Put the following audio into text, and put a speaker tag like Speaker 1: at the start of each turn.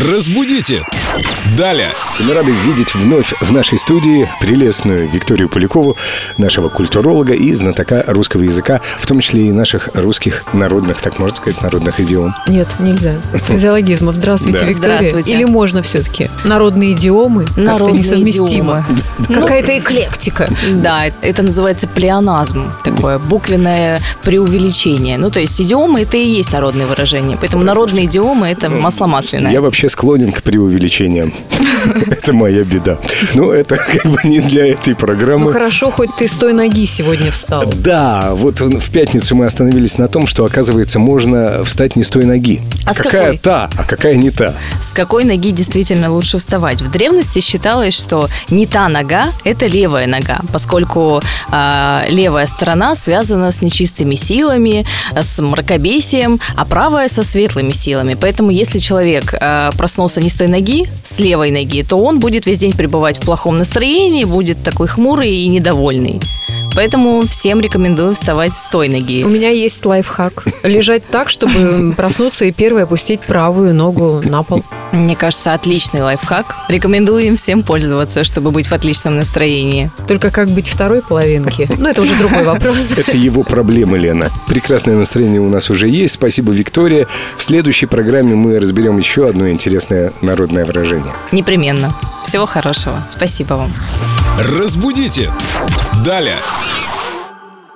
Speaker 1: Разбудите! Далее!
Speaker 2: Мы рады видеть вновь в нашей студии прелестную Викторию Полякову, нашего культуролога и знатока русского языка, в том числе и наших русских народных, так можно сказать, народных идиом.
Speaker 3: Нет, нельзя. Физиологизмов. Здравствуйте,
Speaker 2: Да.
Speaker 3: Виктория.
Speaker 4: Здравствуйте.
Speaker 3: Или можно все-таки? Народные идиомы как-то
Speaker 4: Народные Ну,
Speaker 3: несовместимо. Какая-то эклектика.
Speaker 4: Да, э- это называется плеоназм, такое буквенное преувеличение. Ну, то есть идиомы – это и есть народные выражения, поэтому народные идиомы – это масло масляное.
Speaker 2: Я вообще склонен к преувеличениям. Это моя беда. Но это как бы не для этой
Speaker 3: Ну
Speaker 2: программы.
Speaker 3: хорошо, хоть ты с той ноги сегодня встал.
Speaker 2: Да, вот в пятницу мы остановились на том, что, оказывается, можно встать не с той ноги.
Speaker 4: А с
Speaker 2: какая
Speaker 4: какой?
Speaker 2: та, а какая не та.
Speaker 4: С какой ноги действительно лучше вставать? В древности считалось, что не та нога – это левая нога, поскольку а, левая сторона связана с нечистыми силами, с мракобесием, а правая – со светлыми силами. Поэтому если человек а, проснулся не с той ноги, с левой ноги, то он будет весь день пребывать в плохом настроении, будет такой хмурый и недовольный. Поэтому всем рекомендую вставать с той ноги.
Speaker 3: У меня есть лайфхак. Лежать так, чтобы проснуться и первой опустить правую ногу на пол.
Speaker 4: Мне кажется, отличный лайфхак. Рекомендую им всем пользоваться, чтобы быть в отличном настроении.
Speaker 3: Только как быть второй половинки? Ну, это уже другой вопрос.
Speaker 2: Это его проблемы, Лена. Прекрасное настроение у нас уже есть. Спасибо, Виктория. В следующей программе мы разберем еще одно интересное народное выражение.
Speaker 4: Непременно. Всего хорошего. Спасибо вам.
Speaker 1: Разбудите! Далее!